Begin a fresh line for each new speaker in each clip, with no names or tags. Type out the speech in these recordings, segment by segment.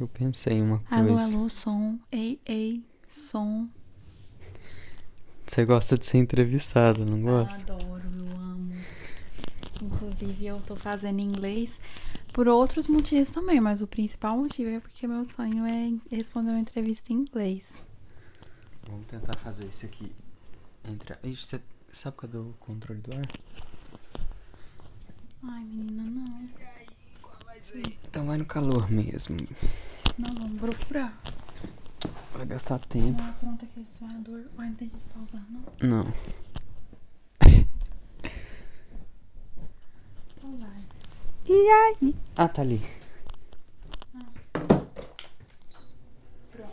Eu pensei em uma coisa.
Alô, alô, som. Ei, ei, som.
Você gosta de ser entrevistado, não gosta?
Eu adoro, eu amo. Inclusive, eu tô fazendo inglês por outros motivos também, mas o principal motivo é porque meu sonho é responder uma entrevista em inglês.
Vamos tentar fazer isso aqui. Entra. Ixi, você sabe cadê o controle do ar?
Ai, menina, não.
Então vai no calor mesmo.
Não, vamos procurar.
Vai gastar tempo.
Não, pronto, aquele suador. Ai, não tem que pausar, não.
Não.
Então vai.
E aí? Ah, tá ali.
Pronto.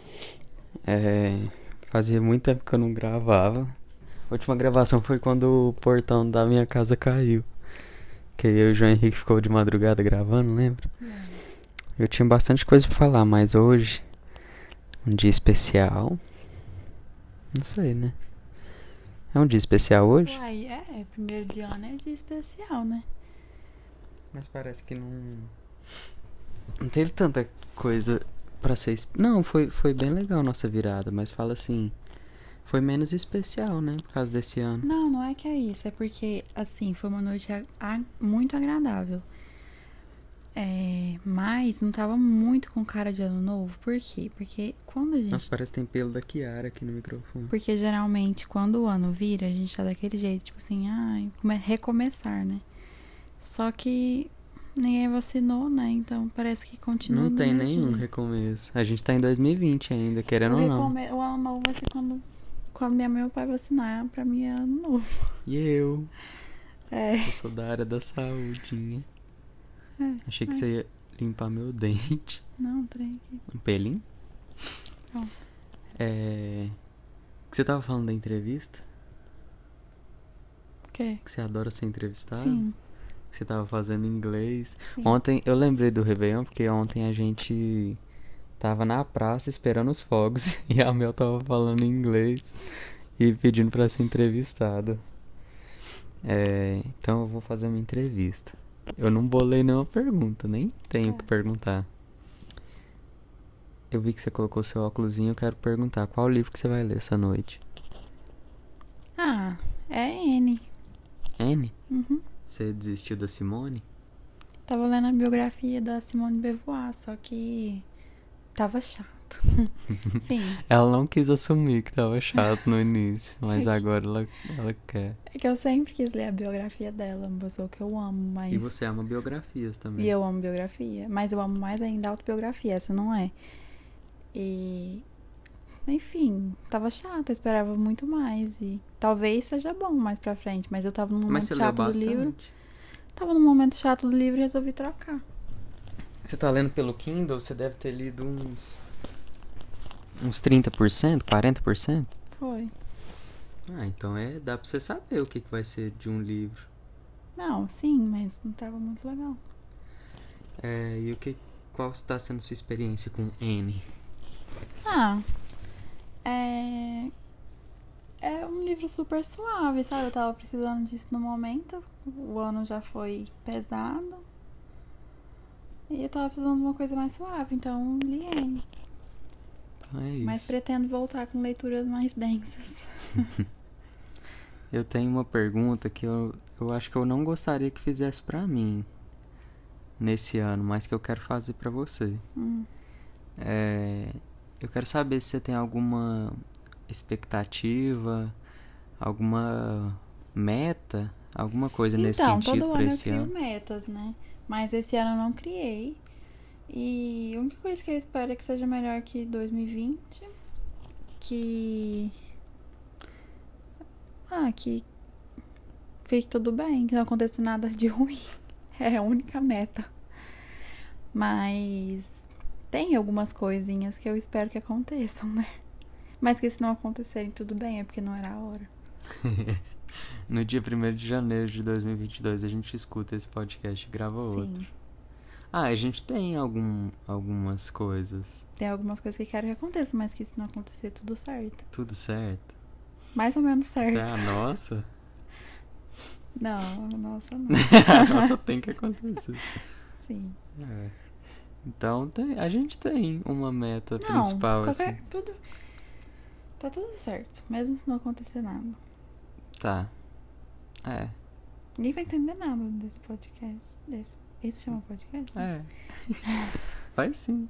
É, fazia muito tempo que eu não gravava. A última gravação foi quando o portão da minha casa caiu. Que aí eu e o João Henrique ficou de madrugada gravando, lembra? Eu tinha bastante coisa pra falar, mas hoje, um dia especial. Não sei, né? É um dia especial hoje?
Uai, é, é, primeiro de ano é dia especial, né?
Mas parece que não. Não teve tanta coisa pra ser. es- Não, foi, foi bem legal a nossa virada, mas fala assim. Foi menos especial, né? Por causa desse ano.
Não, não é que é isso. É porque, assim, foi uma noite a- a- muito agradável. É, mas não tava muito com cara de ano novo. Por quê? Porque quando a gente.
Nossa, parece que tem pelo da Kiara aqui no microfone.
Porque geralmente quando o ano vira, a gente tá daquele jeito, tipo assim, ai, come- recomeçar, né? Só que ninguém vacinou, né? Então parece que continua.
Não
do
tem
mesmo
nenhum
jeito.
recomeço. A gente tá em 2020 ainda,
o,
querendo ou não.
recome- o ano novo vai ser quando, quando minha mãe e meu pai vacinar. Pra mim é ano novo.
E eu?
É.
Eu sou da área da saúde. né?
É,
Achei que
é.
você ia limpar meu dente.
Não, trem aqui.
Um pelinho?
Não.
É. Que você tava falando da entrevista?
O quê?
Que você adora ser entrevistado?
Sim.
Que você tava fazendo inglês.
sim.
Tá. Ontem, eu lembrei do Réveillon, porque ontem a gente tava na praça esperando os fogos e a Mel tava falando inglês e pedindo pra ser entrevistada. É, então eu vou fazer uma entrevista. Eu não bolei nenhuma pergunta, nem tenho o que
Tá.
perguntar. Eu vi que você colocou seu óculosinho, eu quero perguntar qual livro que você vai ler essa noite?
Ah, é N.
N?
Uhum.
Você desistiu da Simone?
Tava lendo a biografia da Simone Beauvoir, só que tava chato. Sim.
Ela não quis assumir que tava chato no início, mas
Ai.
agora ela, ela quer.
É que eu sempre quis ler a biografia dela, uma pessoa que eu amo, mas.
E você ama biografias também.
E eu amo biografia, mas eu amo mais ainda a autobiografia, essa não é. E. Enfim, tava chato, eu esperava muito mais. E talvez seja bom mais pra frente, mas eu tava num
Mas você
momento
leu
chato do
bastante.
livro. Tava num momento chato do livro e resolvi trocar.
Você tá lendo pelo Kindle, você deve ter lido uns. Uns 30%, 40%?
Foi.
Ah, então é. Dá pra você saber o que, que vai ser de um livro.
Não, sim, mas não tava muito legal.
É, e o que. Qual está sendo sua experiência com N?
Ah, é. É um livro super suave, sabe? Eu tava precisando disso no momento. O ano já foi pesado. E eu tava precisando de uma coisa mais suave, então li ele.
Então é isso.
Mas pretendo voltar com leituras mais densas.
Eu tenho uma pergunta que eu, eu acho que eu não gostaria que fizesse pra mim nesse ano, mas que eu quero fazer pra você.
Hum.
É, eu quero saber se você tem alguma expectativa, alguma meta, alguma coisa nesse
então,
sentido
todo
pra
ano eu
esse
crio
ano.
metas, né? Mas esse ano eu não criei. E a única coisa que eu espero é que seja melhor que 2020. Que. Ah, que fique tudo bem, que não aconteça nada de ruim. É a única meta. Mas tem algumas coisinhas que eu espero que aconteçam, né? Mas que se não acontecerem, tudo bem, é porque não era a hora.
No dia 1 de janeiro de 2022 a gente escuta esse podcast e grava outro.
Sim.
Ah, a gente tem algum, algumas coisas.
Tem algumas coisas que quero que aconteça, mas que se não acontecer, tudo certo.
Tudo certo?
Mais ou menos certo.
Tá, nossa. É.
Não, nossa, não.
nossa, tem que acontecer.
Sim.
É. Então tem- a gente tem uma meta
não,
É principal,
qualquer,
assim.
tudo. Tá tudo certo, mesmo se não acontecer nada.
Tá. É,
Ninguém vai entender nada desse podcast. Desse, esse chama podcast?
é. Vai sim.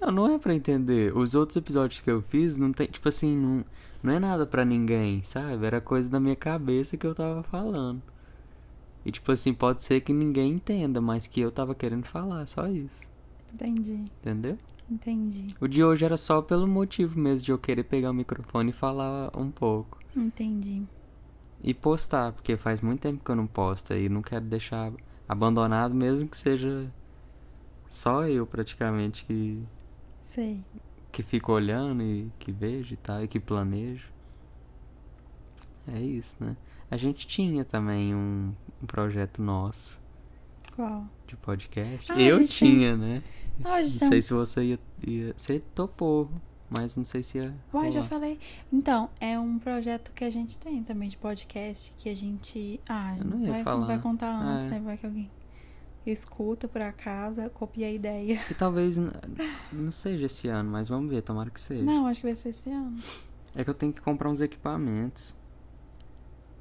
Não, não é pra entender. Os outros episódios que eu fiz, não tem, tipo assim, não, não é nada pra ninguém, sabe? Era coisa da minha cabeça que eu tava falando. E tipo assim, pode ser que ninguém entenda, mas que eu tava querendo falar, só isso.
Entendi,
Entendeu?
entendi,
O de hoje era só pelo motivo mesmo de eu querer pegar o microfone e falar um pouco.
entendi.
E postar, porque faz muito tempo que eu não posto e não quero deixar abandonado, mesmo que seja só eu praticamente que,
Sei.
que fico olhando e que vejo e tal, e que planejo. É isso, né? A gente tinha também um, um projeto nosso
Qual?
de podcast.
Ah, a
eu
gente tem-
tinha, né?
Ah, a
Não
gente tem um
sei se você ia, ia. Você topou, mas não sei se ia.
Uai, já
rolar.
falei. Então, é um projeto que a gente tem também de podcast, que a gente. Ah,
Eu não ia
vai,
falar.
vai contar antes,
É.
né? Vai que alguém escuta por acaso, copia a ideia.
E talvez n- não seja esse ano, mas vamos ver, tomara que seja.
Não, acho que vai ser esse ano.
É que eu tenho que comprar uns equipamentos.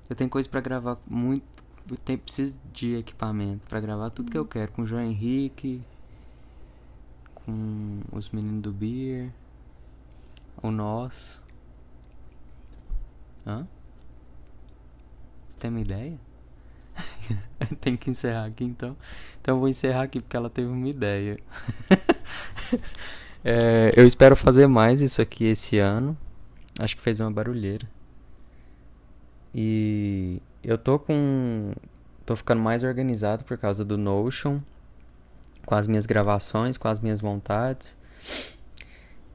Eu tenho coisa pra gravar muito. Eu tenho, preciso de equipamento pra gravar tudo que eu quero. Com o João Henrique, com os meninos do Beer, o nosso. Hã? Você tem uma ideia? Tem que encerrar aqui então. Então eu vou encerrar aqui porque ela teve uma ideia. É, eu espero fazer mais isso aqui esse ano. Acho que fez uma barulheira. E eu tô com. tô ficando mais organizado por causa do Notion, com as minhas gravações, com as minhas vontades.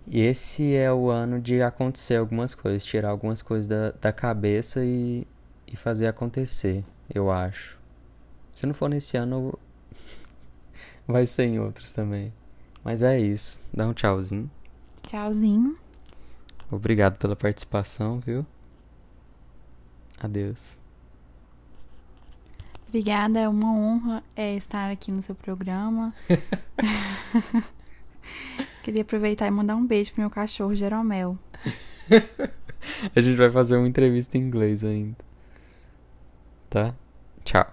E esse é o ano de acontecer algumas coisas, tirar algumas coisas da, da cabeça e, e fazer acontecer, eu acho. Se não for nesse ano, vai ser em outros também. Mas é isso. Dá um tchauzinho.
Tchauzinho.
Obrigado pela participação, viu? Adeus.
Obrigada, é uma honra é, estar aqui no seu programa. Queria aproveitar e mandar um beijo pro meu cachorro, Jeromel.
A gente vai fazer uma entrevista em inglês ainda. Tá? Tchau.